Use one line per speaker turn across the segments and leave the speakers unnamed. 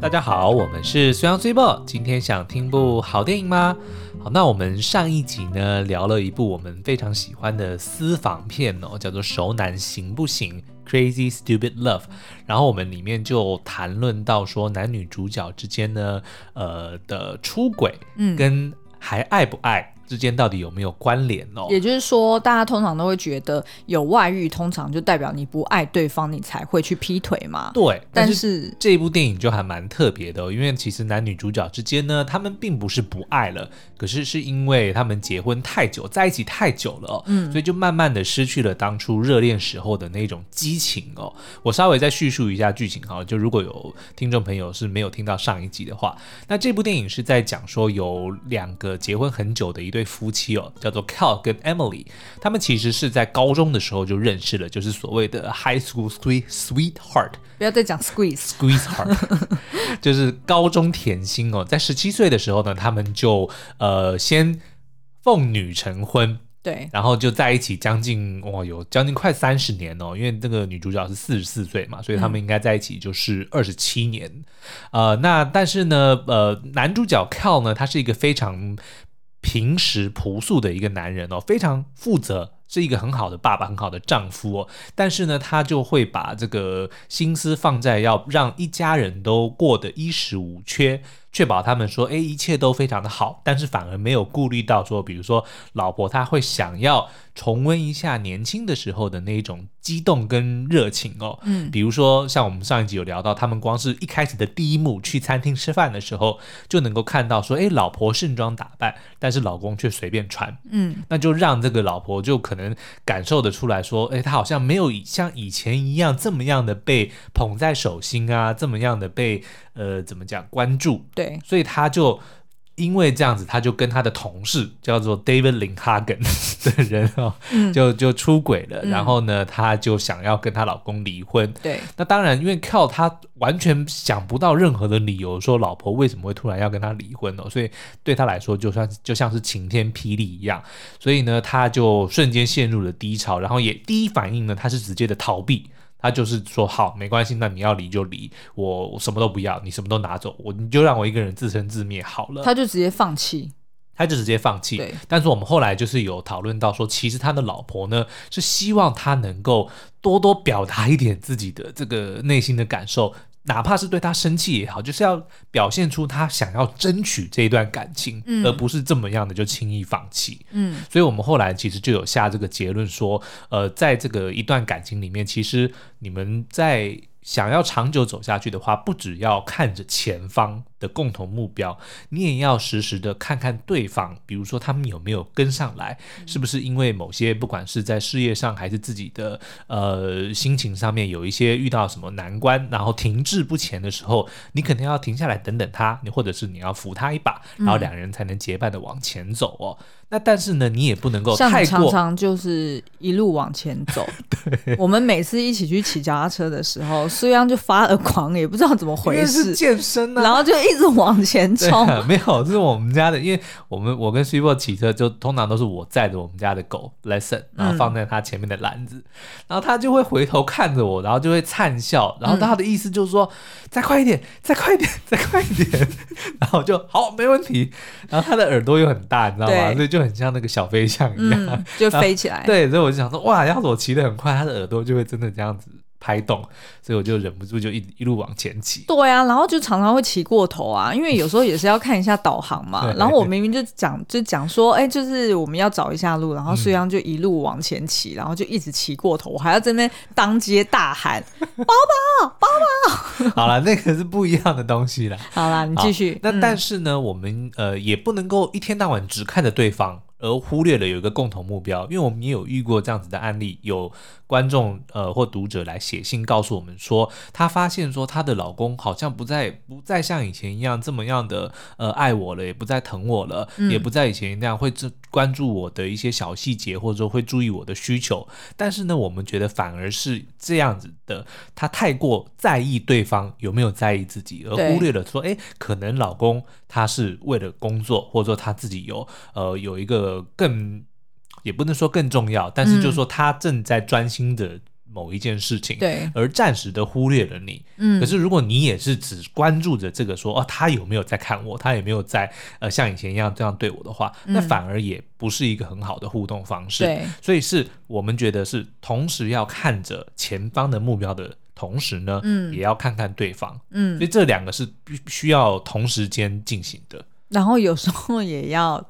大家好，我们是随阳随报。今天想听部好电影吗？好，那我们上一集呢聊了一部我们非常喜欢的私房片哦，叫做《熟男行不行》（Crazy Stupid Love）。然后我们里面就谈论到说男女主角之间呢，呃的出轨
嗯，
跟还爱不爱之间到底有没有关联哦？
也就是说，大家通常都会觉得有外遇，通常就代表你不爱对方，你才会去劈腿嘛。
对，
但是，
这部电影就还蛮特别的、哦，因为其实男女主角之间呢，他们并不是不爱了，可是是因为他们结婚太久，在一起太久了、哦，嗯，所以就慢慢的失去了当初热恋时候的那种激情哦。我稍微再叙述一下剧情哈，就如果有听众朋友是没有听到上一集的话，那这部电影是在讲说有两个结婚很久的一对夫妻哦，叫做 Cal 跟 Emily，他们其实是在高中的时候就认识了，就是所谓的 high school sweet sweetheart。
不要再讲 squeeze。
Squeeze Heart，就是高中甜心哦，在十七岁的时候呢，他们就呃先奉女成婚，
对，
然后就在一起将近哇有将近快三十年哦，因为这个女主角是四十四岁嘛，所以他们应该在一起就是二十七年。呃，那但是呢，呃，男主角 Cal 呢，他是一个非常平时朴素的一个男人哦，非常负责。是一个很好的爸爸，很好的丈夫哦，但是呢，他就会把这个心思放在要让一家人都过得衣食无缺，确保他们说，哎，一切都非常的好，但是反而没有顾虑到说，比如说老婆她会想要重温一下年轻的时候的那一种激动跟热情哦，
嗯，
比如说，像我们上一集有聊到，他们光是一开始的第一幕去餐厅吃饭的时候，就能够看到说，哎，老婆盛装打扮，但是老公却随便穿，
嗯，
那就让这个老婆就可能感受得出来说，哎，她好像没有以像以前一样这么样的被捧在手心啊，这么样的被呃怎么讲关注，
对，
所以她就。因为这样子，她就跟她的同事叫做 David Lin Hagen 的人哦，
嗯
就就出轨了。然后呢，她就想要跟她老公离婚。
对，
那当然，因为 Cal 他完全想不到任何的理由说老婆为什么会突然要跟他离婚哦，所以对他来说就算就像是晴天霹雳一样，所以呢，他就瞬间陷入了低潮，然后也第一反应呢，他是直接的逃避。他就是说好，没关系，那你要离就离，我我什么都不要，你什么都拿走，我你就让我一个人自生自灭好了。
他就直接放弃。
他就直接放弃
对。
但是我们后来就是有讨论到说，其实他的老婆呢是希望他能够多多表达一点自己的这个内心的感受。哪怕是对他生气也好，就是要表现出他想要争取这一段感情，
嗯
而不是这么样的就轻易放弃。
嗯，
所以我们后来其实就有下这个结论说，呃，在这个一段感情里面，其实你们在想要长久走下去的话，不只要看着前方的共同目标，你也要时时的看看对方，比如说他们有没有跟上来，是不是因为某些不管是在事业上还是自己的呃心情上面有一些遇到什么难关，然后停滞不前的时候，你可能要停下来等等他，你或者是你要扶他一把，然后两人才能结伴的往前走哦。那但是呢，你也不能够
像
哦太
你常
过
常就是一路往前 走。我们每次一起去骑脚踏车的时候，苏央就发了狂，也不知道怎么
因为
回
是
事，
健身啊，
然后就一直往前
对
冲。
啊，没有，这是我们家的，因为我们我跟 Super 骑车就通常都是我载着我们家的狗 Lesson，然后
嗯
放在它前面的篮子，然后它就会回头看着我，然后就会灿笑，然后
嗯
它的意思就是说、再快一点，再快一点，再快一点， 然后我就好没问题，然后它的耳朵又很大，你知道吗？
对
所以就很像那个小飞象一样，
嗯，就飞起来。
对，所以我就想说，哇，要是我骑得很快，它的耳朵就会真的这样子拍动，所以我就忍不住就一一路往前骑。
对啊，然后就常常会骑过头啊，因为有时候也是要看一下导航嘛
对。
然后我明明就讲就讲说，哎、就是我们要找一下路，然后
嗯
苏央就一路往前骑，然后就一直骑过头，我还要在那边当街大喊。
好了，那个是不一样的东西啦。
好啦，你
好
继续。
那
嗯
但是呢，我们呃也不能够一天到晚只看着对方，而忽略了有一个共同目标。因为我们也有遇过这样子的案例，有观众呃或读者来写信告诉我们说，她发现说她的老公好像不再不再像以前一样这么样的呃爱我了，也不再疼我了，也不在以前那样会这关注我的一些小细节，或者说会注意我的需求。但是呢，我们觉得反而是这样子的，她太过在意对方有没有在意自己，而
对
忽略了说，哎，可能老公他是为了工作，或者说他自己有呃有一个更，也不能说更重要，但是就是说他正在专心的。某一件事情，
对，
而暂时的忽略了你。
嗯
可是如果你也是只关注着这个说哦，他有没有在看我，他有没有在呃像以前一样这样对我的话，那反而也不是一个很好的互动方式。
嗯对，
所以是我们觉得是同时要看着前方的目标的同时呢，
嗯
也要看看对方。所
嗯，
以这两个是必需要同时间进行的。
然后有时候也要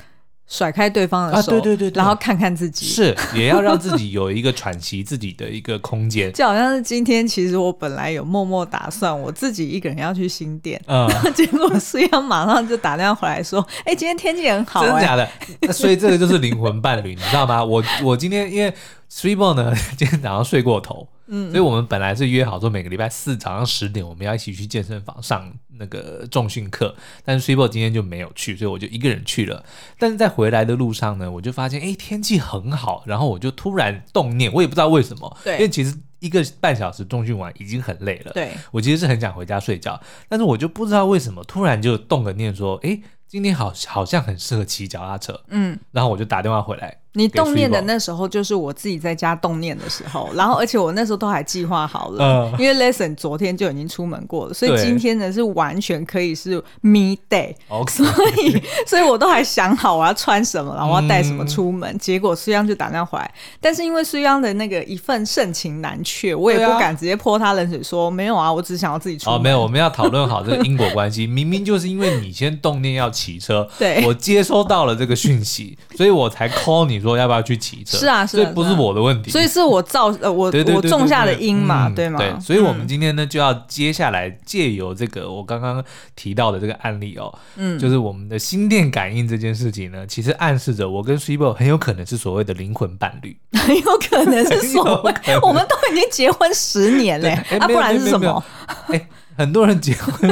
甩开对方的
啊
手，
对对对对
然后看看自己。
是，也要让自己有一个喘息自己的一个空 间。
就好像是今天，其实我本来有默默打算我自己一个人要去新店，
嗯，
结果苏央马上就打电话回来说：“哎、今天天气很好、
真的
哎，
假的？那所以这个就是灵魂伴侣，你知道吗？我我今天因为 Three b o 呢， 今天早上睡过头，嗯，所以我们本来是约好说每个礼拜四早上十点我们要一起去健身房上那个重训课，但是 Three b o 今天就没有去，所以我就一个人去了。但是在回来的路上呢，我就发现哎、诶天气很好，然后我就突然动念，我也不知道为什么，
对
因为其实一个半小时重训完已经很累了，
对，
我其实是很想回家睡觉，但是我就不知道为什么突然就动个念说，诶，今天好好像很适合骑脚踏车，
嗯，
然后我就打电话回来，
你动念的
给 Freebo
那时候就是我自己在家动念的时候，然后而且我那时候都还计划好了，
嗯
因为 lesson 昨天就已经出门过了，所以
对
今天呢是完全可以是 me day，
哦，
所以，所以我都还想好我要穿什么，然后我要带什么出门。结果苏央就打电话回来，但是因为苏央的那个一份盛情难却，我也
对啊
不敢直接泼他冷水说，没有啊，我只想要自己出
哦，
门。
没有，我们要讨论好这个因果关系。明明就是因为你先动念要骑车，
对
我接收到了这个讯息，所以我才 call 你说要不要去骑车。
是啊是
所
啊
以不是
是啊
我的问题。
所以是我造呃我
对对对对
我种下的因嘛，
嗯
对吗？
对，所以我们今天呢，就要接下来借由这个我刚刚提到的这个案例哦，
嗯
就是我们的心电感应这件事情呢，其实暗示着我跟 s h i b o 很有可能是所谓的灵魂伴侣。
很 有可能是所谓
很有可能
我们都已经结婚十年嘞、
哎没
啊，不
有
然是什？
没有
么？
没有没有哎，很多人结婚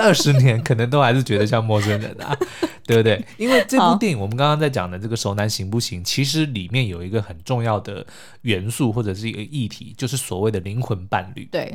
二十年，可能都还是觉得像陌生人啊，对不对？因为这
好
部电影我们刚刚在讲的这个《熟男行不行》，其实里面有一个很重要的元素或者是一个议题，就是所谓的灵魂伴侣。
对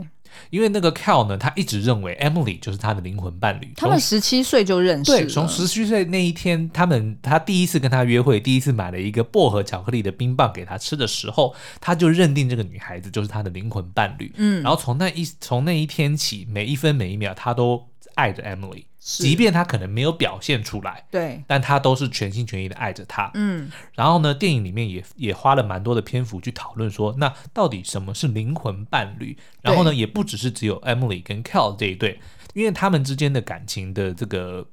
因为那个 Cal 呢，他一直认为 Emily 就是他的灵魂伴侣。
他们
从
十七岁就认识
对，
了，
从十七岁那一天，他们他第一次跟他约会，第一次买了一个薄荷巧克力的冰棒给他吃的时候，他就认定这个女孩子就是他的灵魂伴侣。
嗯
然后从那一从那一天起，每一分每一秒，他都爱着 Emily，
是
即便他可能没有表现出来，
对，
但他都是全心全意的爱着她。
嗯
然后呢，电影里面也也花了蛮多的篇幅去讨论说，那到底什么是灵魂伴侣？然后呢，也不只是只有 Emily 跟 Cal 这一对，因为他们之间的感情的这个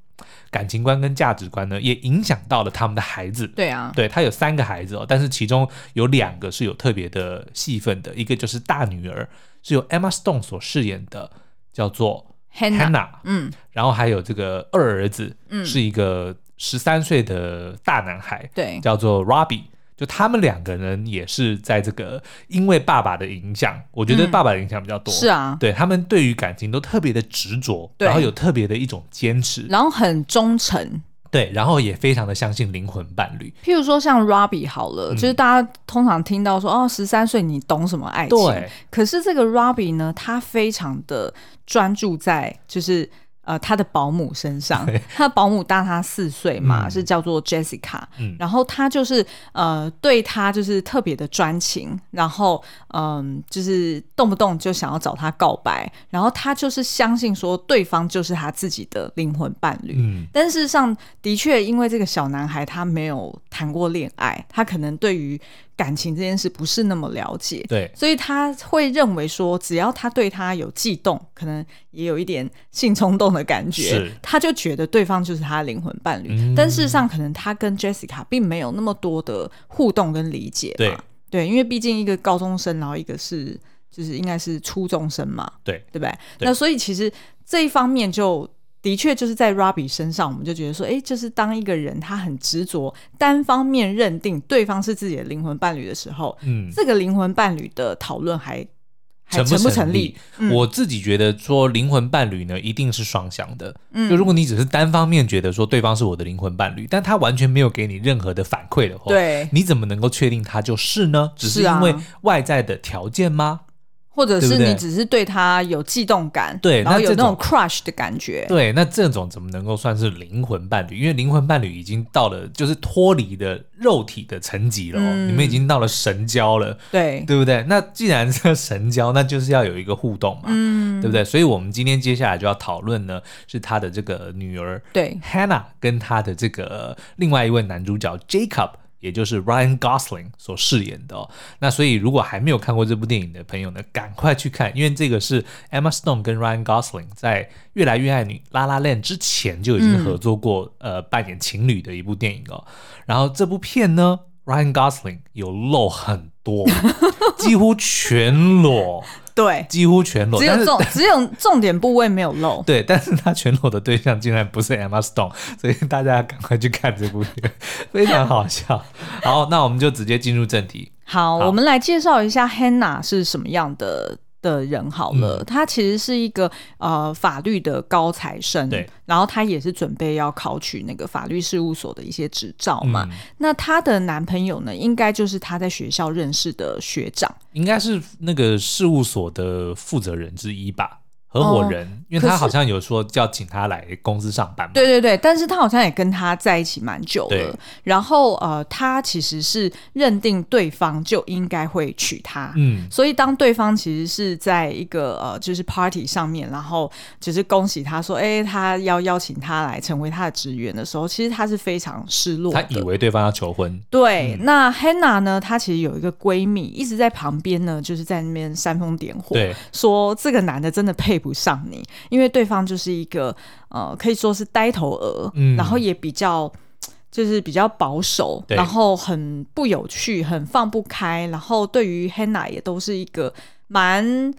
感情观跟价值观呢，也影响到了他们的孩子。
对啊，
对他有三个孩子哦，但是其中有两个是有特别的戏份的，一个就是大女儿是由 Emma Stone 所饰演的，叫做
Hannah，
Hannah
嗯
然后还有这个二儿子，
嗯
是一个十三岁的大男孩，
对
叫做 Robbie。就他们两个人也是在这个，因为爸爸的影响，我觉得
嗯
爸爸的影响比较多。
是啊，
对他们对于感情都特别的执着，
对
然后有特别的一种坚持，
然后很忠诚。
对，然后也非常的相信灵魂伴侣。
譬如说像 Robbie 好了，
嗯
就是大家通常听到说哦，十三岁你懂什么爱情？
对。
可是这个 Robbie 呢，他非常的专注在就是。呃，他的保姆身上，他的保姆大他四岁嘛，
嗯
是叫做 Jessica，、
嗯
然后他就是呃，对他就是特别的专情，然后嗯、就是动不动就想要找他告白，然后他就是相信说对方就是他自己的灵魂伴侣，
嗯，
但事实上，的确因为这个小男孩他没有谈过恋爱，他可能对于感情这件事不是那么了解，
对，
所以他会认为说，只要他对他有悸动，可能也有一点性冲动的感觉
是，
他就觉得对方就是他的灵魂伴侣。
嗯
但事实上，可能他跟 Jessica 并没有那么多的互动跟理解嘛。
对
对，因为毕竟一个高中生，然后一个是就是应该是初中生嘛，
对
对不对？
对
那所以其实这一方面就。的确，就是在 Robbie 身上，我们就觉得说，诶，就是当一个人他很执着，单方面认定对方是自己的灵魂伴侣的时候，
嗯，
这个灵魂伴侣的讨论还还
成不
不
成
立？嗯
我自己觉得说灵魂伴侣呢，一定是双向的。
嗯
就如果你只是单方面觉得说对方是我的灵魂伴侣，但他完全没有给你任何的反馈的话，
对，
你怎么能够确定他就是呢？只是
是啊
因为外在的条件吗？
或者
对
是
不对
你只是对他有悸动感，
对
然后
那
有
这
那
种
种 crush 的感觉，
对，那这种怎么能够算是灵魂伴侣？因为灵魂伴侣已经到了就是脱离的肉体的层级了、哦，
嗯
你们已经到了神交了，
对，
对不对？那既然是神交，那就是要有一个互动嘛，
嗯，
对不对？所以我们今天接下来就要讨论呢，是他的这个女儿
对
Hannah 跟他的这个另外一位男主角 Jacob。也就是 Ryan Gosling 所饰演的哦，那所以如果还没有看过这部电影的朋友呢，赶快去看，因为这个是 Emma Stone 跟 Ryan Gosling 在《越来越爱你》《La La Land》之前就已经合作过，呃，扮演情侣的一部电影哦。然后这部片呢，Ryan Gosling 有露很 多，几乎全裸，
对，
几乎全裸，
只
哦但
有
是
重只有重点部位没有露，
对，但是他全裸的对象竟然不是 Emma Stone，所 以大家赶快去看这部片，非常好笑。好，那我们就直接进入正题。
好，
好
我们来介绍一下 Hannah 是什么样的的人好了。
嗯
她其实是一个呃法律的高材生，
对，
然后她也是准备要考取那个法律事务所的一些执照嘛。
嗯，
那她的男朋友呢，应该就是她在学校认识的学长。
应该是那个事务所的负责人之一吧，合伙人，因为
哦可
他
是
好像有说要请他来公司上班嘛。
对对对，但是他好像也跟他在一起蛮久
对
了，然后呃，他其实是认定对方就应该会娶她。
嗯，
所以，当对方其实是在一个呃，就是 party 上面，然后就是恭喜他说，哎、他要邀请他来成为他的职员的时候，其实他是非常失落
他嗯
的。
以为对方要求婚，
对，那 Hannah 呢？她其实有一个闺蜜一直在旁边呢，就是在那边煽风点火，
对，
说这个男的真的配不上你，因为对方就是一个呃，可以说是呆头鹅，
嗯
然后也比较。就是比较保守，
对
然后很不有趣，很放不开，然后对于 Hannah 也都是一个蛮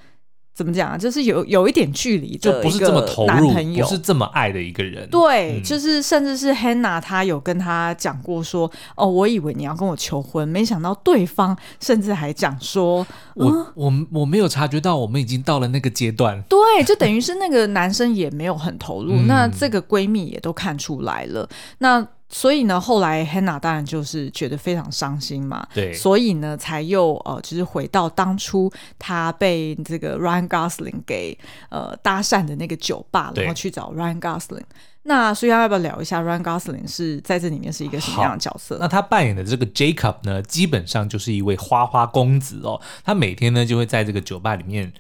怎么讲啊，就是有有一点距离
就
的
不
一
是这么
个
投
男
入，
朋友
不，是这么爱的一个人。
对，
嗯
就是甚至是 Hannah，她有跟他讲过说，哦，我以为你要跟我求婚，没想到对方甚至还讲说，嗯
我我我没有察觉到，我们已经到了那个阶段。
对，就等于是那个男生也没有很投入，
嗯
那这个闺蜜也都看出来了，那。所以呢，后来 Hannah 当然就是觉得非常伤心嘛，
对
所以呢，才又呃，就是回到当初她被这个 Ryan Gosling 给呃搭讪的那个酒吧，
对
然后去找 Ryan Gosling。那苏阳要不要聊一下 Ryan Gosling 是在这里面是一个什么样的角色？
那他扮演的这个 Jacob 呢，基本上就是一位花花公子哦。他每天呢就会在这个酒吧里面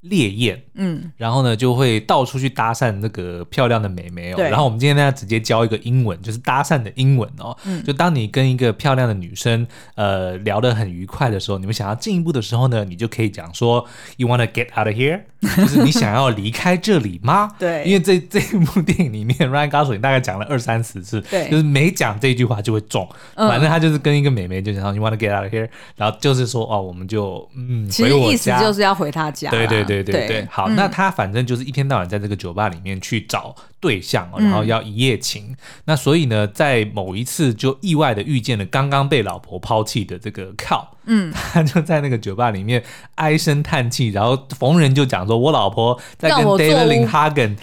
烈焰，
嗯，
然后呢就会到处去搭讪那个漂亮的美眉哦。
对
然后我们今天呢直接教一个英文，就是搭讪的英文哦。
嗯
就当你跟一个漂亮的女生呃聊得很愉快的时候，你们想要进一步的时候呢，你就可以讲说 You wanna get out of here，就是你想要离开这里吗？
对
因为这这一部电影里面，Ryan Gosling 大概讲了二三十次，
对
就是每讲这句话就会中。
嗯
反正他就是跟一个美眉就讲说 You wanna get out of here，然后就是说哦，我们就嗯，
其
回
实
我
意思
家
就是要回他家啦。
对对对对
对嗯
对，好，那他反正就是一天到晚在这个酒吧里面去找对象
嗯
哦、然后要一夜情。那所以呢，在某一次就意外的遇见了刚刚被老婆抛弃的这个 Cal，嗯， 他就在那个酒吧里面唉声叹气，然后逢人就讲说，我老婆在跟
让我做
David Lin
无
Hagen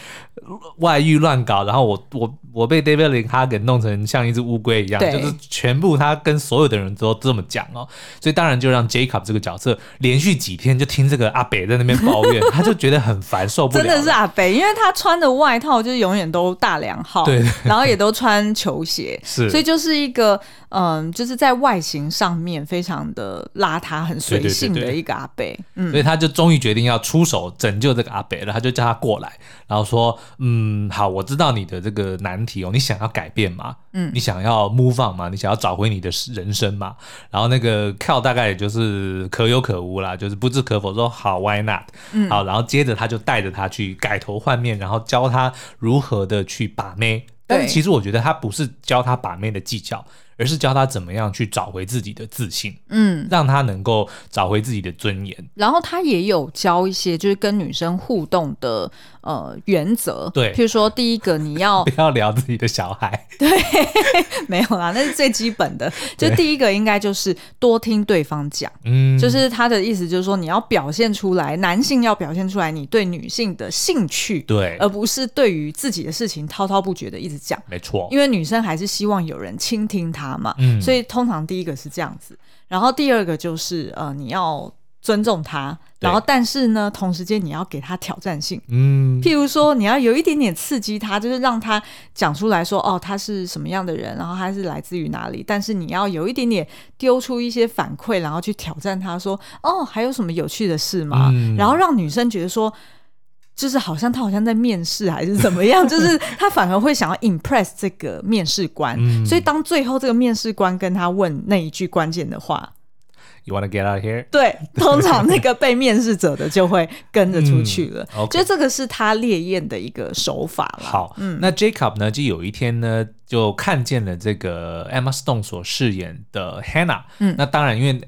外遇乱搞，然后我我我被 David Lin Hagen 弄成像一只乌龟一样，
对
就是全部他跟所有的人都这么讲哦，所以当然就让 Jacob 这个角色连续几天就听这个阿北在那边抱 怨，他就觉得很烦，受不了
真
了。
的是阿北，因为他穿的外套就是永远都大两号，
对对
然后也都穿球鞋，
是
所以就是一个嗯，就是在外形上面非常的邋遢、很随性
对对对
的
对
一个阿北，嗯，
所以他就终于决定要出手拯救这个阿北了，他就叫他过来，然后说：“嗯，好，我知道你的这个难题哦，你想要改变吗？嗯，你想要 move on 吗？你想要找回你的人生吗？”然后那个 Cal 大概也就是可有可无啦，就是不置可否，说好，Why not？嗯，好，然后接着他就带着他去改头换面，然后教他如何的去把妹。但是
对
其实我觉得他不是教他把妹的技巧，而是教他怎么样去找回自己的自信，嗯，让他能够找回自己的尊严。
然后他也有教一些就是跟女生互动的呃原则，
对
譬如说第一个你 要
不要聊自己的小孩。
没有啦，那是最基 本的，就第一个应该就是多听对方讲。
嗯，
就是他的意思，就是说你要表现出来，男性要表现出来你对女性的兴趣，
对
而不是对于自己的事情滔滔不绝的一直讲，
没错，
因为女生还是希望有人倾听她嘛，
嗯
所以通常第一个是这样子，然后第二个就是呃，你要尊重他，
对
然后但是呢，同时间你要给他挑战性，
嗯，
譬如说你要有一点点刺激他，就是让他讲出来说哦他是什么样的人，然后他是来自于哪里，但是你要有一点点丢出一些反馈，然后去挑战他说哦还有什么有趣的事吗？
嗯
然后让女生觉得说。就是好像他好像在面试还是怎么 样，就是他反而会想要 impress 这个面试官，
嗯
所以当最后这个面试官跟他问那一句关键的话，
You wanna get out of here？
对，通常那个被面试者的就会跟着出去了。
嗯，OK
就这嗯个是他烈焰的一个手法啦。
好，那 Jacob 呢，就有一天呢，就看见了这个 Emma Stone 所饰演的 Hannah。
嗯
那当然，因为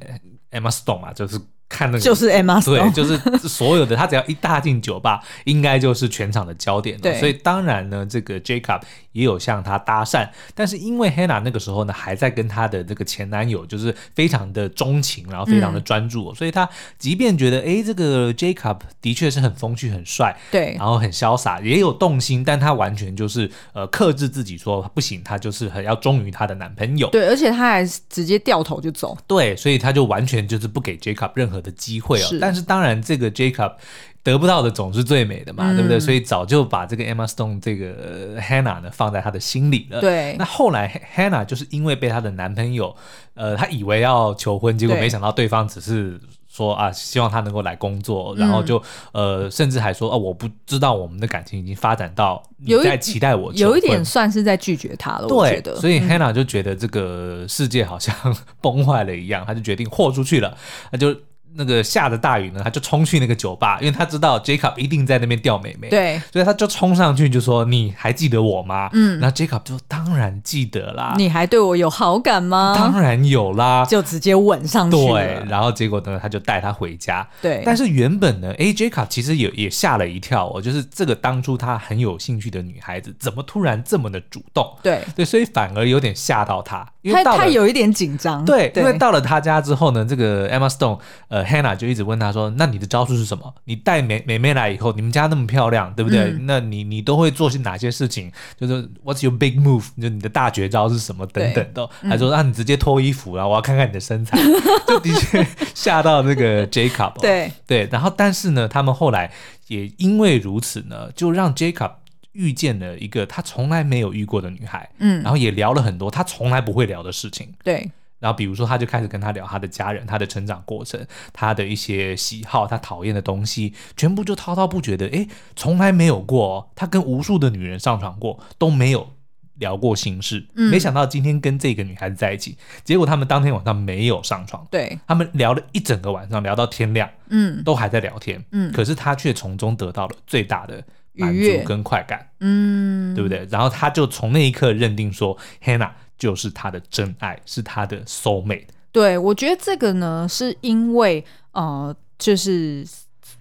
呃 Emma Stone 嘛，就是看那个
就是 Emma
对，
Stone，
就是所有的他只要一踏进酒吧， 应该就是全场的焦点了。
对
所以当然呢，这个 Jacob 也有向他搭讪，但是因为 Hannah 那个时候呢还在跟她的这个前男友就是非常的钟情，然后非常的专注哦、所以他即便觉得诶这个 Jacob 的确是很风趣很帅，
对
然后很潇洒，也有动心，但她完全就是呃克制自己说不行，她就是很要忠于她的男朋友。
对，而且他还直接掉头就走。
对，所以她就完全就是不给 Jacob 任何的机会哦。
是
但是当然，这个 Jacob 得不到的总是最美的嘛，对不对？
嗯
所以早就把这个 Emma Stone 这个呃 Hannah 呢放在她的心里了。。
对
呃那，后来 Hannah 就是因为被她的男朋友，呃，她以为要求婚，结果
对
没想到对方只是。说啊，希望她能够来工作，然
嗯
后就、呃，甚至还说哦、我不知道我们的感情已经发展到你
有一
在期待我求
有一点
婚
算是在拒绝他了，我觉
对
得。，嗯
所以 Hannah 就觉得这个世界好像 崩坏了一样，她就决定豁出去了，她就。那个下着大雨呢，她就冲去那个酒吧，因为她知道 Jacob 一定在那边钓妹妹，，
对，
所以她就冲上去就说：“你还记得我吗？”嗯，然后 Jacob 就说：“当然记得啦，
你还对我有好感吗？
啊当然有啦。
就直接吻”上去
对，
了。
然后结果呢，他就带她回家，
对，
但是原本呢，哎，Jacob 其实也也吓了一跳哦，就是这个当初他很有兴趣的女孩子，怎么突然这么的主动？
对，
对，所以反而有点吓到他，因
他
为到
他
了。
有一点紧张。
对，因为到了他家之后呢，这个 Emma Stone，呃，Hannah 就一直问他说：“那你的招数是什么？你带美美妹来以后，你们家那么漂亮，对不对？
嗯
那你你都会做些哪些事情？就是 What's your big move？就你的大绝招是什么等等的。”
嗯
他说：“啊，你直接脱衣服，然后我要看看你的身材。” 就的确吓到那个 Jacob 哦、
对
对，然后但是呢，他们后来也因为如此呢，就让 Jacob 遇见了一个他从来没有遇过的女孩，
嗯
然后也聊了很多他从来不会聊的事情。
对
然后比如说，他就开始跟他聊他的家人、他的成长过程、他的一些喜好、他讨厌的东西，全部就滔滔不绝的，诶，从来没有过、哦。他跟无数的女人上床过，都没有聊过心事。没想到今天跟这个女孩子在一起，结果他们当天晚上没有上床，
对，
他们聊了一整个晚上，聊到天亮。
嗯
都还在聊天，
嗯
可是他却从中得到了最大的满
愉
足
悦
跟快感，
嗯，
对不对？然后他就从那一刻认定说，Hannah 就是他的真爱，是他的 soul mate。
对，我觉得这个呢，是因为呃，就是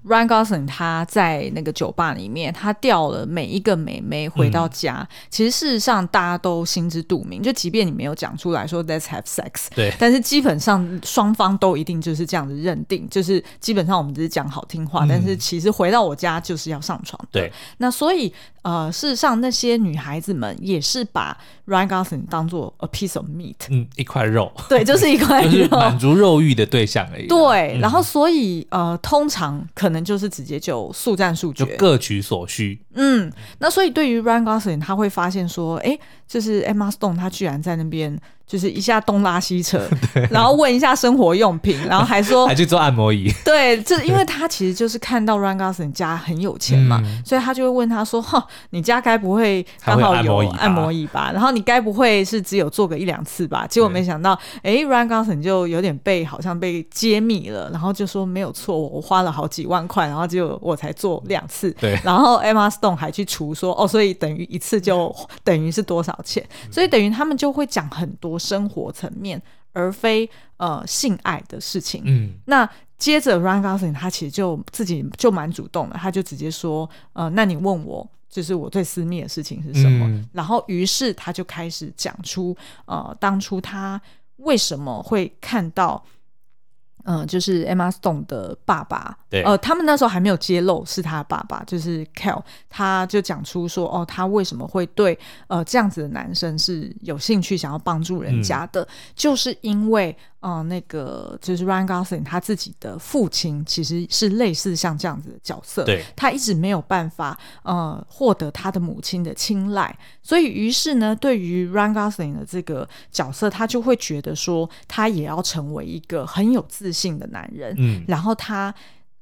Ryan Gosling 他在那个酒吧里面，他钓了每一个美眉回到
嗯
家。其实事实上大家都心知肚明，就即便你没有讲出来说 Let's have sex，
对
但是基本上双方都一定就是这样子认定，就是基本上我们只是讲好听话，但是其实回到我家就是要上床
嗯
的。
对，
那所以呃，事实上那些女孩子们也是把 Ryan Gosling 当做 a piece of meat，
嗯，一块肉，
对，就是一块
就是
肉。
满足肉欲的对象而已。，
对，
嗯
然后所以呃，通常可能就是直接就速战速
就
决。
各取所需。
嗯，那所以对于 Ryan Gosling，他会发现说，哎，就是 Emma Stone，他居然在那边就是一下东拉 西扯，然后问一下生活用品，然后还说
还去做按摩椅，
对，这因为他其实就是看到 Ryan Gosling 家很有钱嘛，所以他就会问他说：“哈，你家该不会刚好
嗯还会有按摩
有
椅吧
按摩椅吧？然后你该不会是只有做个一两次吧？”结果没想到，哎，Ryan Gosling 就有点被好像被揭秘了，然后就说没有错，我花了好几万块，然后结果我才做两次。
对
然后 Emma Stone 还去除说：“哦，所以等于一 次就等于是多少钱？”
嗯
所以等于他们就会讲很多生活层面，而非呃性爱的事情。
嗯，
那接着 Ryan Gosling 他其实就自己就蛮主动的，他就直接说，呃，那你问我。就是我最私密的事情是什么，
嗯
然后于是他就开始讲出，呃，当初他为什么会看到，呃，就是 Emma Stone 的爸爸，
对
呃，他们那时候还没有揭露是他爸爸，就是 Cal，他就讲出说，哦，他为什么会对
嗯
呃这样子的男生是有兴趣，想要帮助人家的，就是因为呃，那个就是 Ryan Gosling 他自己的父亲其实是类似像这样子的角色，
对
他一直没有办法呃获得他的母亲的青睐，所以于是呢，对于 Ryan Gosling 的这个角色，他就会觉得说，他也要成为一个很有自信的男人，
嗯，
然后他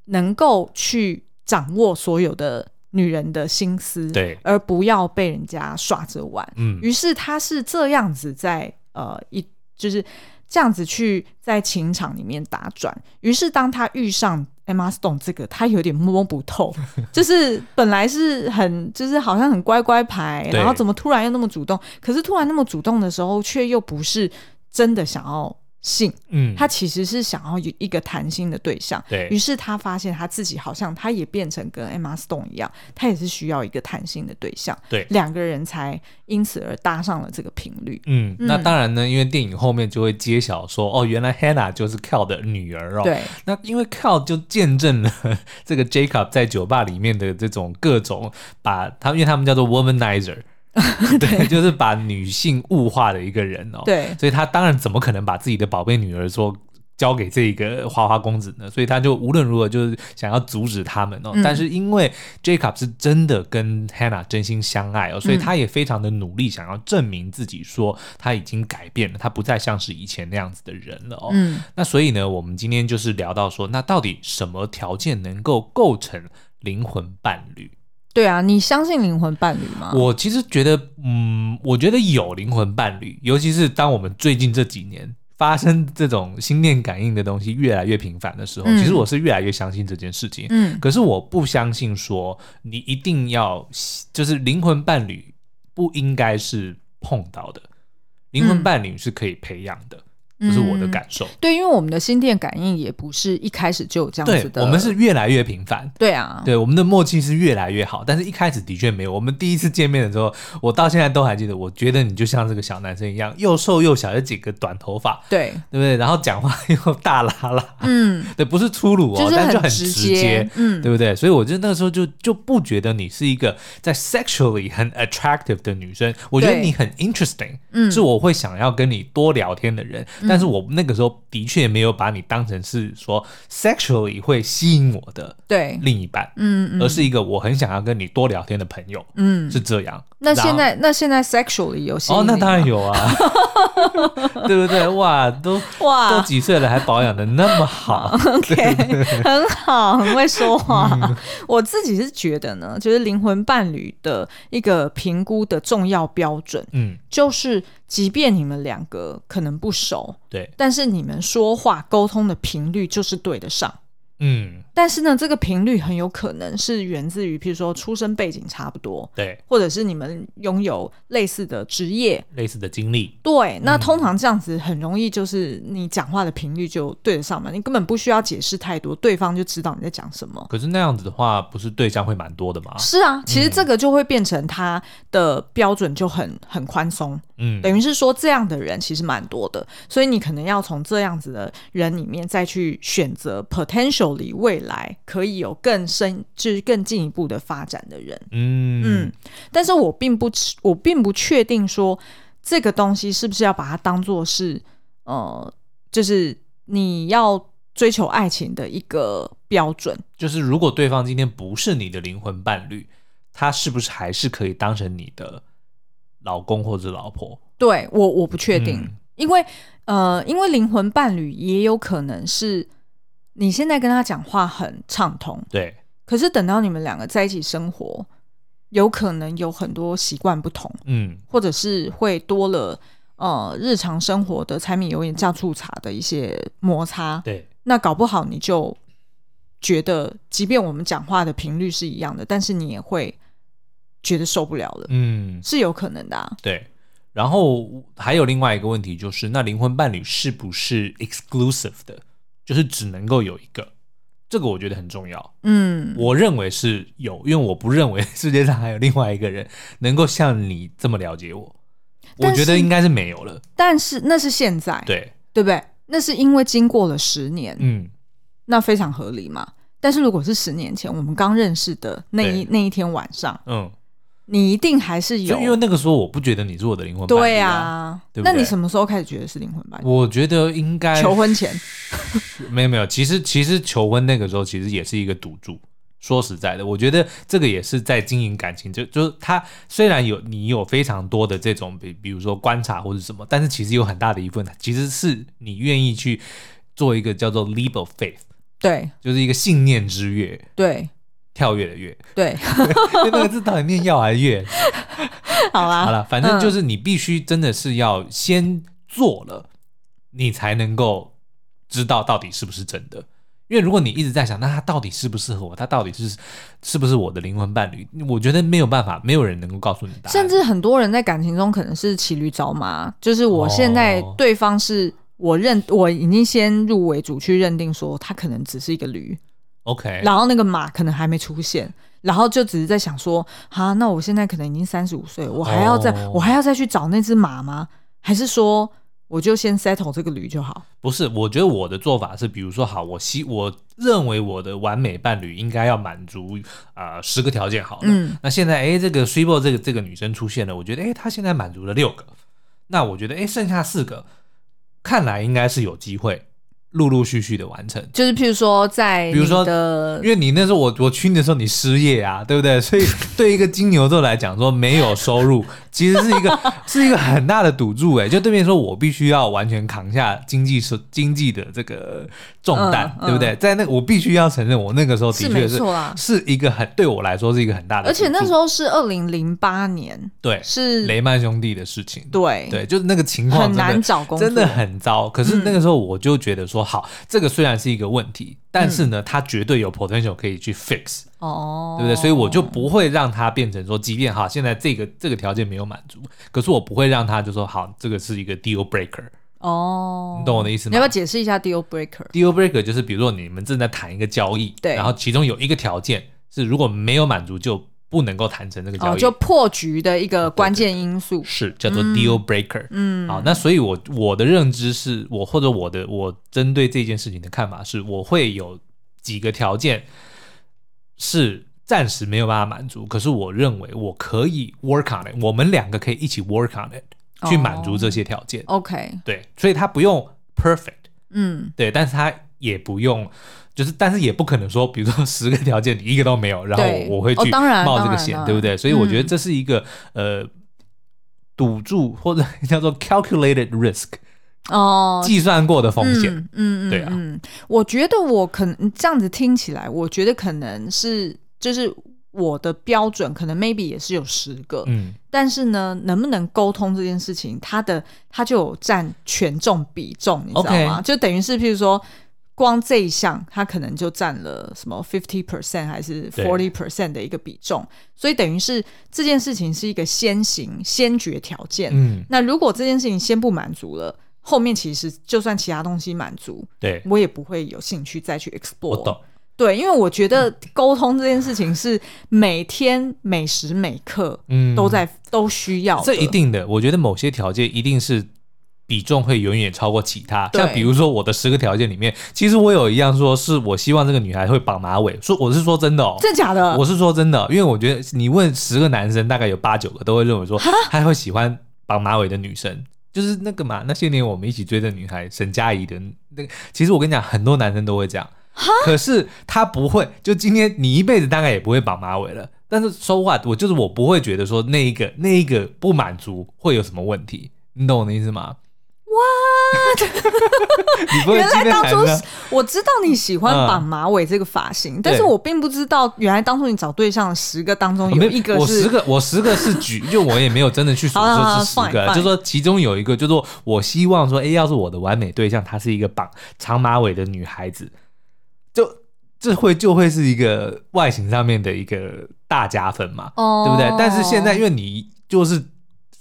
能够去掌握所有的女人的心思，
对，
而不要被人家耍着玩。
嗯，
于是他是这样子在呃一就是这样子去在情场里面打转。于是当他遇上 Emma Stone 这个，他有点摸不 透，就是本来是很就是好像很乖乖牌，
对
然后怎么突然又那么主动？可是突然那么主动的时候，却又不是真的想要性，
嗯，
他其实是想要有一个谈心的对象。
对
于，是他发现他自己好像他也变成跟 Emma Stone 一样，他也是需要一个谈心的对象。
对
两个人才因此而搭上了这个频率。
嗯，那
嗯
当然呢，因为电影后面就会揭晓说，哦，原来 Hannah 就是 Cal 的女儿哦。
对，
那因为 Cal 就见证了 这个 Jacob 在酒吧里面的这种各种把他，因为他们叫做 womanizer，对，就是把女性物化的一个人哦。，
对，
所以他当然怎么可能把自己的宝贝女儿说交给这个花花公子呢？所以他就无论如何就是想要阻止他们哦。
嗯
但是因为 Jacob 是真的跟 Hannah 真心相爱
嗯
哦，所以他也非常的努力，想要证明自己说他已经改变了，他不再像是以前那样子的人了哦。
嗯
那所以呢，我们今天就是聊到说，那到底什么条件能够构成灵魂伴侣？
对啊，你相信灵魂伴侣吗？
我其实觉得，嗯，我觉得有灵魂伴侣，尤其是当我们最近这几年发生这种心电感应的东西越来越频繁的时候，
嗯
其实我是越来越相信这件事情。
嗯
可是我不相信说你一定要，就是灵魂伴侣不应该是碰到的，灵魂
嗯
伴侣是可以培养的，这是我的
嗯
感受。
对，因为我们的心电感应也不是一开始就有这样
对，
子的，
我们是越来越频繁。
对啊，
对，我们的默契是越来越好，但是一开始的确没有。我们第一次见面的时候，我到现在都还记得，我觉得你就像这个小男生一样，又瘦又小，有几个短头发，
对，
对不对？然后讲话 又大拉拉，
嗯，
对，不是粗鲁哦，
就是
但就很
直
接，
嗯，
对不对？所以我就那个时候就就不觉得你是一个在 sexually 很 attractive 的女生，我觉得
对
你很 interesting，
嗯
是我会想要跟你多聊天的人。但是我那个时候的确没有把你当成是说 sexually 会吸引我的
对，
另一半。
嗯嗯
而是一个我很想要跟你多聊天的朋友，
嗯。
是这样。
那
然后
现在那现在 sexually 有吸引
哦，那
你
当然
吗
有 啊，对不对？哇，都都
哇
几岁了还保养的那么好，
，OK，很好，很会说话。我自己是觉得呢，就是灵魂伴侣的一个评估的重要标准，
嗯，
就是即便你们两个可能不熟，
对，
但是你们说话沟通的频率就是对得上。
嗯，
但是呢，这个频率很有可能是源自于，譬如说出生背景差不多，
对，
或者是你们拥有类似的职业。
类似的经历，
对，那通常这样子很容易，就是你讲话的频率就对得上嘛，你根本不需要解释太多，对方就知道你在讲什么。
可是那样子的话，不是对象会蛮多的吗？
是啊，其实这个就会变成他的标准就很很宽松，
嗯，
等于是说这样的人其实蛮多的，所以你可能要从这样子的人里面再去选择 potentially 未来可以有更深，就是更进一步的发展的人。
嗯
嗯，但是我并不，我并不确定说这个东西是不是要把它当做是呃，就是你要追求爱情的一个标准。
就是如果对方今天不是你的灵魂伴侣，他是不是还是可以当成你的老公或者老婆？
对我，我不确定，
嗯
因为呃，因为灵魂伴侣也有可能是你现在跟他讲话很畅通，
对，
可是等到你们两个在一起生活，有可能有很多习惯不同，
嗯，
或者是会多了呃日常生活的柴米油盐酱醋茶的一些摩擦。
对，
那搞不好你就觉得，即便我们讲话的频率是一样的，但是你也会觉得受不了了，
嗯，
是有可能的、啊。
对，然后还有另外一个问题就是，那灵魂伴侣是不是 exclusive 的，就是只能够有一个？这个我觉得很重要，
嗯，
我认为是有，因为我不认为 世界上还有另外一个人能够像你这么了解我，我
但
觉得
是
应该是没有了。
但是那是现在，
对，
对不对？那是因为经过了十年，
嗯，
那非常合理嘛。但是如果是十年前我们刚认识的那一那一天晚上，
嗯，
你一定还是有
就。因为那个时候我不觉得你是我的灵魂伴侣、
对
啊，
啊，
对不
那
对
你什么时候开始觉得是灵魂伴侣？
我觉得应该
求婚前，
没有没有，其实其实求婚那个时候其实也是一个赌注。说实在的，我觉得这个也是在经营感情，就就是他虽然有你有非常多的这种比比如说观察或者什么，但是其实有很大的一部分其实是你愿意去做一个叫做 leap of faith，
对
就是一个信念之跃，
对
跳跃的跃，
对，
那 个字到底念要还是跃？
好啦，
好了，反正
嗯
就是你必须真的是要先做了，你才能够知道到底是不是真的。因为如果你一直在想，那他到底适不适合我，他到底是是不是我的灵魂伴侣，我觉得没有办法，没有人能够告诉你答案。
甚至很多人在感情中可能是骑驴找马，就是我现在
哦
对方是我认，我已经先入为主去认定说他可能只是一个驴，
OK，
然后那个马可能还没出现，然后就只是在想说，啊，那我现在可能已经三十五岁，我还要再、
哦
我还要再去找那只马吗？还是说我就先 settle 这个驴就好？
不是，我觉得我的做法是，比如说，好，我希我认为我的完美伴侣应该要满足啊十、个条件好了。
嗯
那现在哎，这个 s h i b o 这个这个女生出现了，我觉得哎，她现在满足了六个，那我觉得哎，剩下四个，看来应该是有机会陆陆续续的完成。
就是譬如说在
比如说
你的
呃因为你那时候我我去你的时候你失业啊，对不 对？所以对一个金牛座来讲，说没有收入，其实是一 个是一个很大的赌注哎、就对面说我必须要完全扛下经济是经济的这个重担，
嗯
对不对？在那我必须要承认，我那个时候的
是
确
没
是
错啦。
是一个很对我来说是一个很大的
而
赌注，
且那时候是二零零八年，
对
是
雷曼兄弟的事情，
对
对，就是那个情况
很
真的
难找工作，嗯
真的很糟。可是那个时候我就觉得说，好，这个虽然是一个问题，但是
嗯
呢，它绝对有 potential 可以去 fix。
哦，
对不对？所以我就不会让他变成说，即便哈现在这个这个条件没有满足，可是我不会让他就说好，这个是一个 deal breaker，
哦，
你懂我的意思
你要
吗
不要解释一下 deal breaker？
？deal breaker 就是比如说你们正在谈一个交易，
对
然后其中有一个条件是如果没有满足就不能够谈成这个交
哦，
易，
就破局的一个关键因素。
是叫做 deal breaker。嗯，好，那所以我我的认知是我或者我的我针对这件事情的看法是，我会有几个条件是暂时没有办法满足，可是我认为我可以 work on it，我们两个可以一起 work on it 去满足这些条件。
OK，
对，所以它不用 perfect，
嗯，
对，但是它也不用。就是，但是也不可能说，比如说 十个条件你一个都没有，然后
对
我我会
哦
去
当然
冒这
当
个
然
险，
当
对不对？所以我觉得
嗯
这是一个、呃赌注或者 叫做 calculated risk，
哦，
计算过的风险。
嗯嗯嗯，
对啊
嗯，我觉得我可能这样子听起来，我觉得可能是就是我的标准，可能 maybe 也是有十个，
嗯，
但是呢，能不能沟通这件事情，它的它就有占权重比重，你知道
OK
吗就等于是譬如说。光这一项，它可能就占了什么 fifty percent 还是
对
forty percent 的一个比重，所以等于是这件事情是一个先行先决条件。
嗯，
那如果这件事情先不满足了，后面其实就算其他东西满足，
对，
我也不会有兴趣再去 explore。
我懂。
对，因为我觉得沟通这件事情是每天每时每刻
嗯，
都在、都需要的，
这一定的，我觉得某些条件一定是比重会远远超过其他。
对
像比如说我的十个条件里面，其实我有一样说是我希望这个女孩会绑马尾，说我是说真的哦，
真假的？
我是说真的，因为我觉得你问十个男生，大概有八九个都会认为说他会喜欢绑马尾的女生。就是那个嘛，那些年我们一起追的女孩沈佳宜的那个，其实我跟你讲，很多男生都会这样，可是他不会。就今天你一辈子大概也不会绑马尾了，但是 so what，我就是我不会觉得说那一个那一个不满足会有什么问题，你懂我的意思吗？哇， 你不会
原
今
来
天
当
谈
初
的嗯
是我知道你喜欢绑马尾这个发型，但是我并不知道原来当初你找对象的十个当中
啊没
有一个
我
是
十个，我十个是 举，就我也没有真的去数
好啦好
说
啦
是十
fine，
个，啊
fine
就说其中有一个，就说我希望说，哎，要是我的完美对象她是一个绑长马尾的女孩子，就这会就会是一个外形上面的一个大加分嘛，
哦
对不对？但是现在因为你就是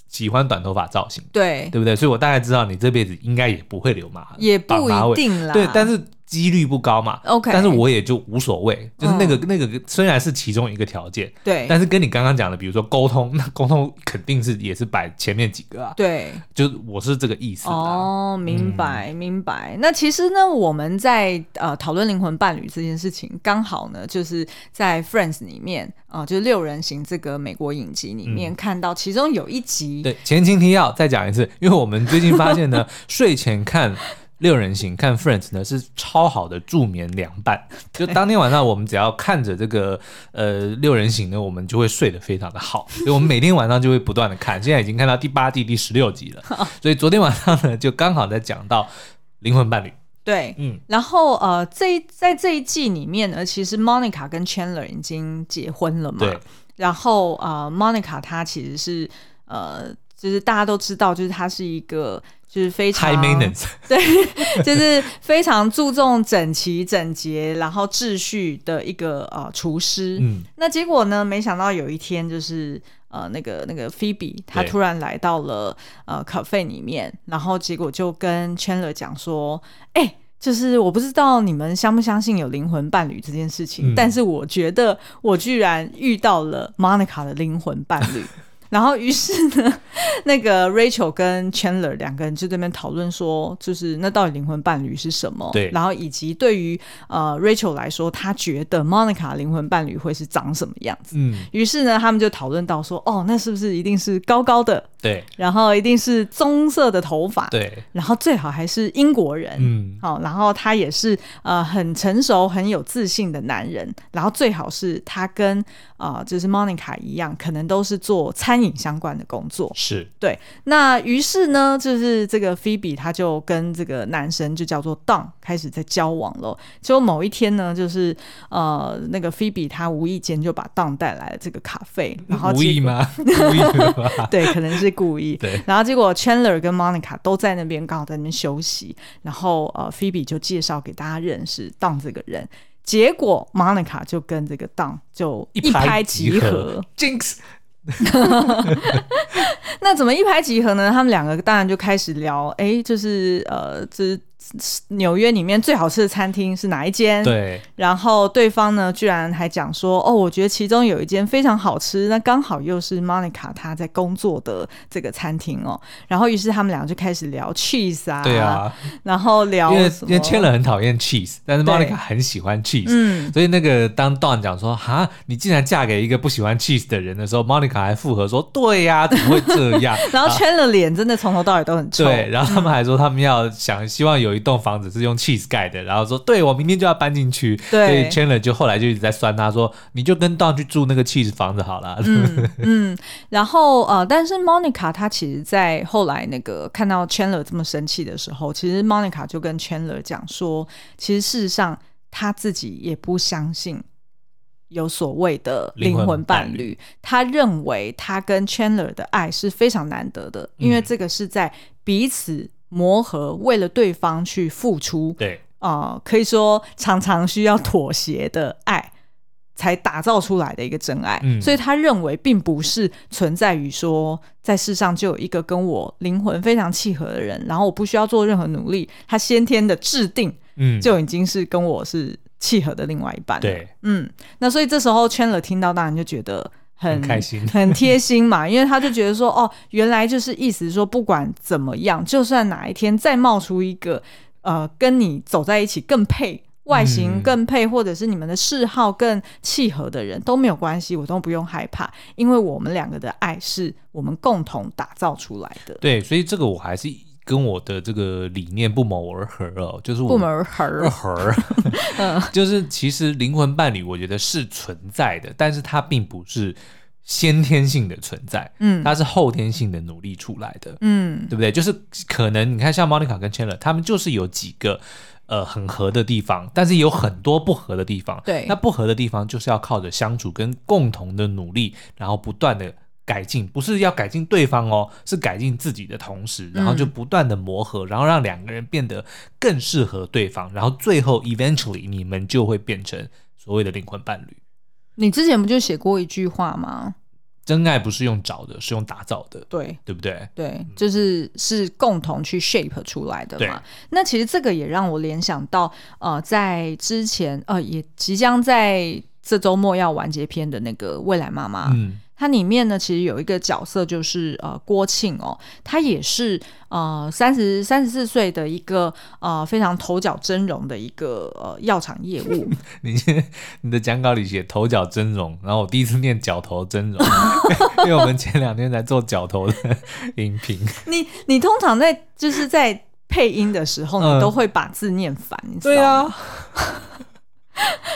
喜欢短头发造型，
对
对不对？所以我大概知道你这辈子应该也不会留马，
也
绑
不
马
一
尾，
定啦，
对，但
是
是几率不高嘛。
OK 嗯
但是我也就无所谓，就是那个、那个虽然是其中一个条件，
对
但是跟你刚刚讲的，比如说沟通， 那沟通肯定是也是摆前面几个啊。
对，
就是我是这个意思啊。
哦，明白、明白。那其实呢，我们在呃讨论灵魂伴侣这件事情，刚好呢就是在《Friends》里面啊、呃就是《六人行》这个美国影集里面、看到，其中有一集
嗯对，前情提要再讲一次，因为我们最近发现呢， 睡前看《六人行》看《Friends》呢是超好的助眠良伴。就当天晚上我们只要看着这个呃《六人行》呢，我们就会睡得非常的好，所以我们每天晚上就会不断的看，现在已经看到第八季第十六集 了。所以昨天晚上呢，就刚好在讲到灵魂伴侣，
对，
嗯，
然后呃，这一在这一季里面呢，其实 Monica 跟 Chandler 已经结婚了嘛。
对。
然后呃，Monica 她其实是呃，就是大家都知道，就是她是一个就是非常
，high maintenance，
啊 对，就是非常注重整齐整洁，然后秩序的一个呃厨师。
嗯，
那结果呢？没想到有一天，就是呃，那个那个 Phoebe，她
对
突然来到了呃 cafe 里面，然后结果就跟 Chandler 讲说：“哎、就是我不知道你们相不相信有灵魂伴侣这件事情，
嗯
但是我觉得我居然遇到了 Monica 的灵魂伴侣。”然后，于是呢，那个 Rachel 跟 Chandler 两个人就在那边讨论说，就是那到底灵魂伴侣是什么？
对
然后以及对于呃 Rachel 来说，她觉得 Monica 灵魂伴侣会是长什么样子。
嗯，
于是呢，他们就讨论到说，哦，那是不是一定是高高的，
对
然后一定是棕色的头发，
对，
然后最好还是英国人。
嗯，
好、然后他也是呃很成熟、很有自信的男人，然后最好是他跟呃就是 Monica 一样，可能都是做餐饮相关的工作。
是，
对，那于是呢，就是这个 Phoebe 她就跟这个男生就叫做 Don 开始在交往了。结果某一天呢，就是呃，那个 Phoebe 她无意间就把 Don 带来了这个咖啡，然后
无
结
意
果？
吗？无意的吗？
对，可能是故意。
对，
然后结果 Chandler 跟 Monica 都在那边刚好在那边休息，然后呃，Phoebe 就介绍给大家认识 Don 这个人。结果 Monica 就跟这个 Don 就
一
拍
拍
即
即
合
合，，Jinx，
那怎么一拍即合呢？他们两个当然就开始聊，哎、就是呃，就是纽约里面最好吃的餐厅是哪一间？。
对，
然后对方呢，居然还讲说，哦，我觉得其中有一间非常好吃，那刚好又是 Monica 她在工作的这个餐厅哦。然后于是他们两个就开始聊 cheese 啊，
对，啊，
然后聊
因为
什
因为
么
Chandler 很讨厌 cheese，但是
对
Monica 很喜欢 cheese，
嗯，
所以那个当 Don 讲说哈，你竟然嫁给一个不喜欢 cheese 的人的时候，Monica 还附和说对呀、怎么会这样
？然后嗯 Chandler 脸真的从头到尾都很臭，
啊对，然后他们还说他们要想希望有一栋房子是用 cheese 盖的，然后说对我明天就要搬进去，所以
对
Chandler 就后来就一直在酸他说你就跟 Don 去住那个 cheese 房子好了，
嗯然后呃，但是 Monica 她其实，在后来那个看到 Chandler 这么生气的时候，其实 Monica 就跟 Chandler 讲说，其实事实上她自己也不相信有所谓的灵
灵魂
魂伴
伴侣
侣，她认为她跟 Chandler 的爱是非常难得的，因为
嗯
这个是在彼此磨合，为了对方去付出，
对，
呃，可以说常常需要妥协的爱，才打造出来的一个真爱。
嗯
所以他认为并不是存在于说，在世上就有一个跟我灵魂非常契合的人，然后我不需要做任何努力，他先天的制定
嗯，
就已经是跟我是契合的另外一半。，
对，
嗯，那所以这时候 Chandler 听到，当然就觉得很
很开 心
很贴心嘛，因为他就觉得说，哦，原来就是意思是说，不管怎么样，就算哪一天再冒出一个，呃，跟你走在一起更配。外形
嗯
更配，或者是你们的嗜好更契合的人都没有关系，我都不用害怕，因为我们两个的爱是我们共同打造出来的，
对，所以这个我还是跟我的这个理念不谋而合哦，就是我
不门而合嗯
二。合 儿， 就是其实灵魂伴侣，我觉得是存在的，但是它并不是先天性的存在，
嗯
它是后天性的努力出来的，
嗯，
对不对？就是可能你看，像 Monica 跟 Chandler，他们就是有几个。呃，很合的地方，但是也有很多不合的地方。
对
那不合的地方就是要靠着相处跟共同的努力，然后不断的改进，不是要改进对方哦，是改进自己的同
嗯
时，然后就不断的磨合，然后让两个人变得更适合对方，然后最后 eventually 你们就会变成所谓的灵魂伴侣。
你之前不就写过一句话吗？
真爱不是用找的，是用打造的，
对
对不对？
对，就是是共同去 shape 出来的
对
嘛。那其实这个也让我联想到，呃，在之前呃也即将在这周末要完结篇的那个《未来妈妈》
嗯，
它里面呢，其实有一个角色就是呃郭庆哦，她也是呃三十三十四岁的一个呃非常头角峥嵘的一个呃药厂业务，
你你的讲稿里写头角峥嵘，然后我第一次念角头峥嵘， 因为我们前两天才做角头的 音频，
你你通常在就是在配音的时候，
嗯
你都会把字念反，你知道
对
吗？
啊，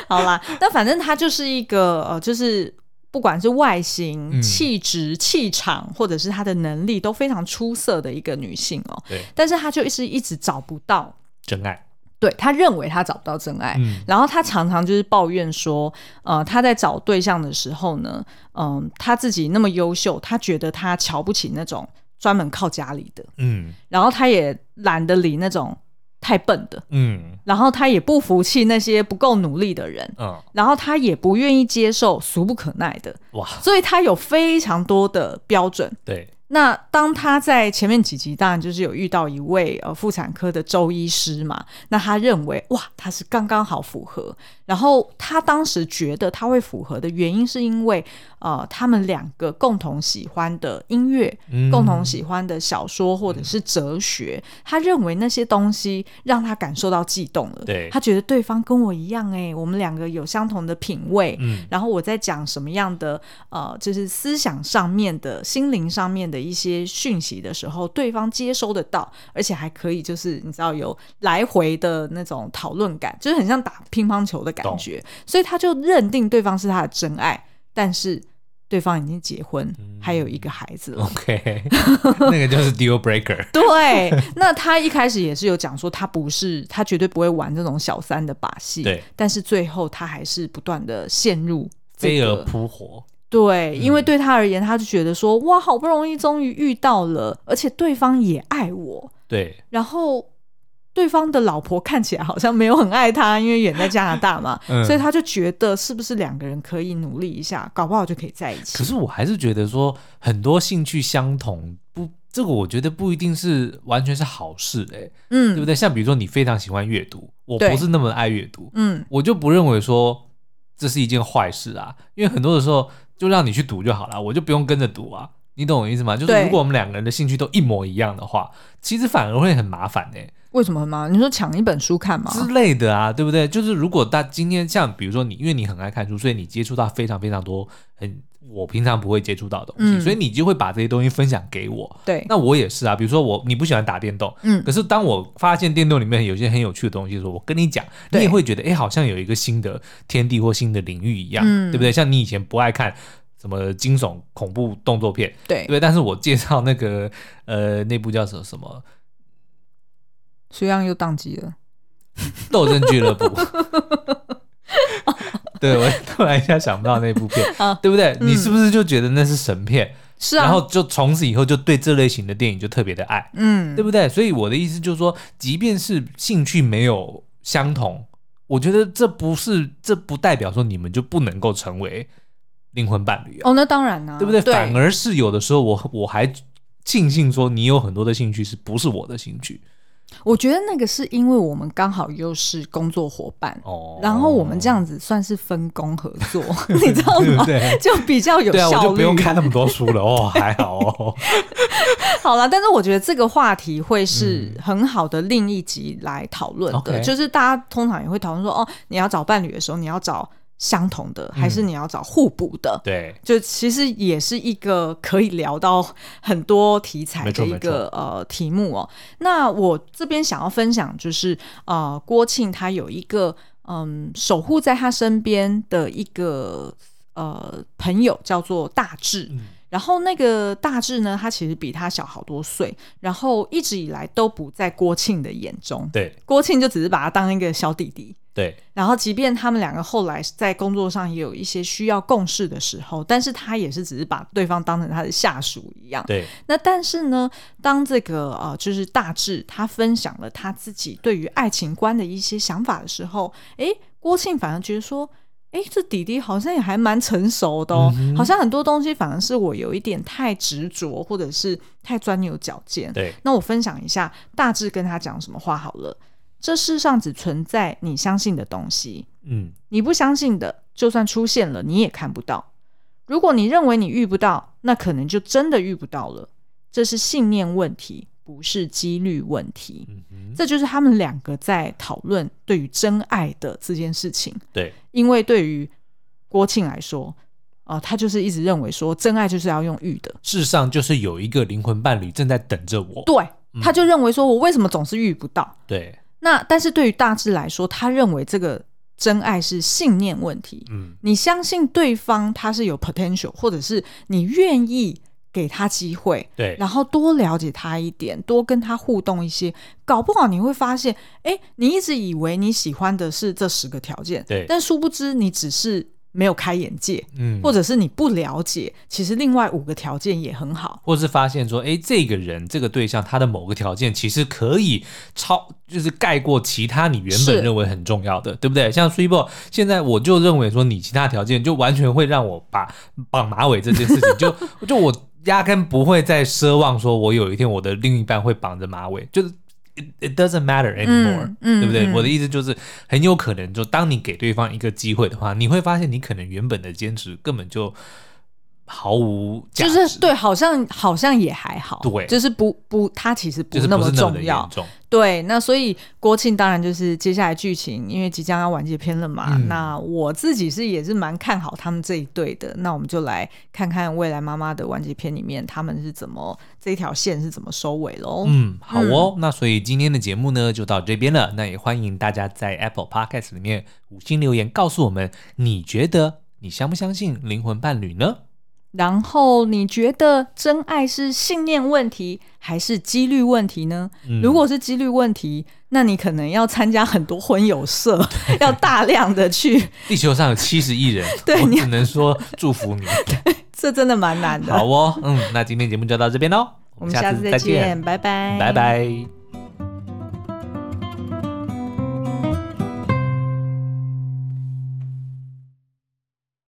好啦，但反正它就是一个呃，就是。不管是外形、
嗯
气质、气场，或者是她的能力，都非常出色的一个女性哦。
对，
但是她就是一直找不到，
真爱，
对她认为她找不到真爱，
嗯
然后她常常就是抱怨说，呃，她在找对象的时候呢，嗯、她自己那么优秀，她觉得她瞧不起那种专门靠家里的，
嗯
然后她也懒得理那种太笨的，
嗯
然后她也不服气那些不够努力的人，
嗯，
然后她也不愿意接受俗不可耐的，
哇，
所以她有非常多的标准。
对，
那当她在前面几集，当然就是有遇到一位呃妇产科的周医师嘛，那她认为哇，她是刚刚好符合。然后她当时觉得她会符合的原因，是因为呃，他们两个共同喜欢的音乐，
嗯
共同喜欢的小说或者是哲学，她认为那些东西让她感受到悸动了。
对
她觉得对方跟我一样、欸，我们两个有相同的品味，
嗯
然后我在讲什么样的呃，就是思想上面的、呃心灵上面的一些讯息的时候，对方接收得到，而且还可以就是你知道有来回的那种讨论感，就是很像打乒乓球的感觉，所以他就认定对方是他的真爱，但是对方已经结婚，
嗯
还有一个孩子了。
，OK，那个就是 deal breaker，
对，那他一开始也是有讲说，他不是，他绝对不会玩这种小三的把戏。
对，
但是最后他还是不断的陷入这
飞蛾嗯
个
扑火，
对，因为对他而言，他就觉得说，哇，好不容易终于遇到了，而且对方也爱我，
对，
然后对方的老婆看起来好像没有很爱他，因为远在加拿大嘛，
嗯
所以他就觉得是不是两个人可以努力一下，搞不好就可以在一
可
起。
是我还是觉得说很多兴趣相同不，这个我觉得不一定是完全是好事哎、对不
嗯
对？像比如说你非常喜欢阅读，我不
对
是那么爱阅读，
嗯，
我就不认为说这是一件坏事啊，因为很多的时候就让你去读就好了，我就不用跟着读啊，你懂我意思吗？就是
对
如果我们两个人的兴趣都一模一样的话，其实反而会很麻烦哎、
为什么吗？你说抢一本书看吗？
之类的啊，对不对？就是如果大今天像比如说你，因为你很爱看书，所以你接触到非常非常多很我平常不会接触到的东西，
嗯
所以你就会把这些东西分享给我。
对，
那我也是啊，比如说我你不喜欢打电动，
嗯
可是当我发现电动里面有一些很有趣的东西的时候，我跟你讲，你也
对
会觉得哎、诶好像有一个新的天地或新的领域一样，
嗯
对不对？像你以前不爱看什么惊悚恐怖动作片，
对，
对，但是我介绍那个呃那部叫什么什么
徐阳又宕机了。
斗争俱乐部。 对，我突然一下想不到那部片
啊，
对不对？你是不是就觉得那是神片？
是啊，
然后就从此以后就对这类型的电影就特别的爱，
嗯
对，不对？所以我的意思就是说，即便是兴趣没有相同，我觉得这不是这不代表说你们就不能够成为灵魂伴侣啊，
哦，那当然啦、
对不对？
对，
反而是有的时候我我还庆幸说你有很多的兴趣是不是我的兴趣
我觉得那个是因为我们刚好又是工作伙伴，
哦？
然后我们这样子算是分工合作，你知道
对不
吗？
对？
就比较 有
对啊，我
效
就不
率。
用看那么多书了 哦，还好哦。
好了，但是我觉得这个话题会是很好的另一集来讨论的，
嗯 OK
就是大家通常也会讨论说，哦，你要找伴侣的时候，你要找相同的，还是你要找互补的？
对，
就其实也是一个可以聊到很多题材
没错
的一个呃题目哦。那我这边想要分享就是呃，郭庆他有一个嗯守护在他身边的一个呃朋友叫做大志。
嗯
然后那个大志呢，他其实比他小好多岁，然后一直以来都不在郭庆的眼中，
对，
郭庆就只是把他当一个小弟弟，
对，
然后，即便他们两个后来在工作上也有一些需要共事的时候，但是他也是只是把对方当成他的下属一样。
对，
那但是呢，当这个呃，就是大志他分享了他自己对于爱情观的一些想法的时候，诶，郭庆反而觉得说，哎，这弟弟好像也还蛮成熟的
嗯
哦，好像很多东西反而是我有一点太执着，或者是太钻牛角尖。
对，
那我分享一下大致跟他讲什么话好了。这世上只存在你相信的东西，
嗯
你不相信的，就算出现了，你也看不到。如果你认为你遇不到，那可能就真的遇不到了。这是信念问题，不是几率问题。
嗯哼，
这就是他们两个在讨论对于真爱的这件事情。
对，
因为对于郭庆来说，呃，他就是一直认为说真爱就是要用遇的，
事实上就是有一个灵魂伴侣正在等着我。
对，
嗯
他就认为说我为什么总是遇不到？
对，
那但是对于大志来说，他认为这个真爱是信念问题。
嗯
你相信对方他是有 potential，或者是你愿意给他机会，
对，
然后多了解他一点，多跟他互动一些，搞不好你会发现，哎，你一直以为你喜欢的是这十个条件，
对
但殊不知你只是没有开眼界，
嗯，
或者是你不了解，其实另外五个条件也很好。
或是发现说，哎，这个人这个对象他的某个条件其实可以超，就是盖过其他你原
是
本认为很重要的，对不对？像 s u p e r 现在我就认为说，你其他条件就完全会让我把绑马尾这件事情，就 就我压根不会再奢望说我有一天我的另一半会绑着马尾，就是。It it doesn't matter anymore，、
嗯嗯
对不对？
嗯
我的意思就是，很有可能就当你给对方一个机会的话，你会发现你可能原本的坚持根本就毫无价
就
值，
是对，好像好像也还好，
对
就是不不，它其实不
就是
那
不
么
是那么的
重要
严，重。
对，那所以国庆当然就是接下来剧情，因为即将要完结篇了嘛。
嗯
那我自己是也是蛮看好他们这一对的。那我们就来看看未来妈妈的完结篇里面他们是怎么这一条线是怎么收尾喽。
嗯，好哦。那所以今天的节目呢就到这边了。那也欢迎大家在 Apple Podcast 里面五星留言，告诉我们你觉得你相不相信灵魂伴侣呢？
然后你觉得真爱是信念问题还是几率问题呢？
嗯
如果是几率问题，那你可能要参加很多婚友 社，要大量的去，
地球上有七十亿人，
对
我
你
只能说祝福你。
这真的蛮难的。
好哦，嗯，那今天节目就到这边喽，
我们下次再
再
见，
见，
拜拜，
拜拜